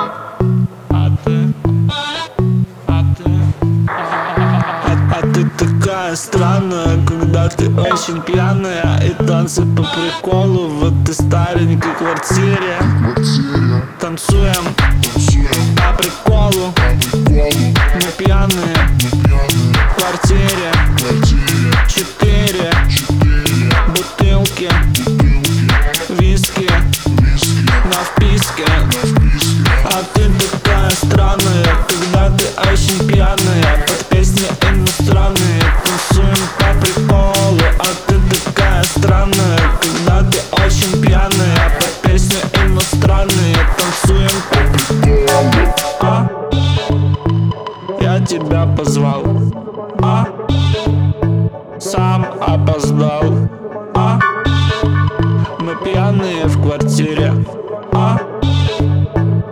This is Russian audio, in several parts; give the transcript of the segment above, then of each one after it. А ты, а ты, а, а ты такая странная, когда ты очень пьяная И танцы по приколу в этой старенькой квартире Квартира, Танцуем танцуем, по приколу, приколы, мы пьяные мы пьяные, в квартире квартире, Четыре четыре, бутылки, бутылки, виски виски, на вписке на вписке, А ты такая странная, когда ты очень пьяная Под песни иностранные танцуем по приколу А ты такая странная, когда ты очень пьяная Под песни иностранные танцуем по приколы, а? Я тебя позвал А? Сам опоздал А? Мы пьяные в квартире А?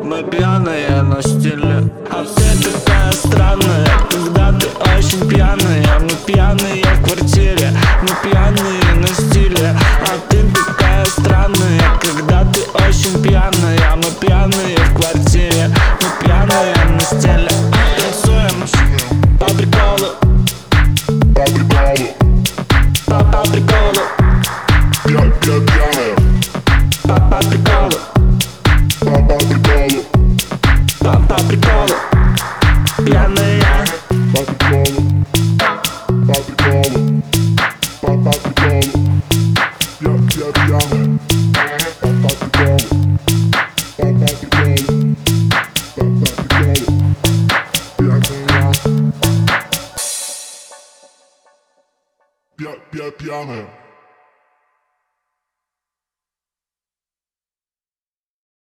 Мы пьяные на стиле А ты такая странная Когда ты очень пьяная Мы пьяные в квартире Мы пьяные на стиле А ты такая странная Когда ты очень пьяная Мы пьяные в квартире Мы пьяные на стиле Танцуем танцуем, по приколу по приколу, По, по приколу я, я пьяная, По, по приколу по, по приколу, По, по приколу Пьяные по приколу, по приколу, по, по приколу, я, я пьяная, по, по приколу, по, по приколу, по, по приколу, я пьяная. Пья- пья- Пьяная.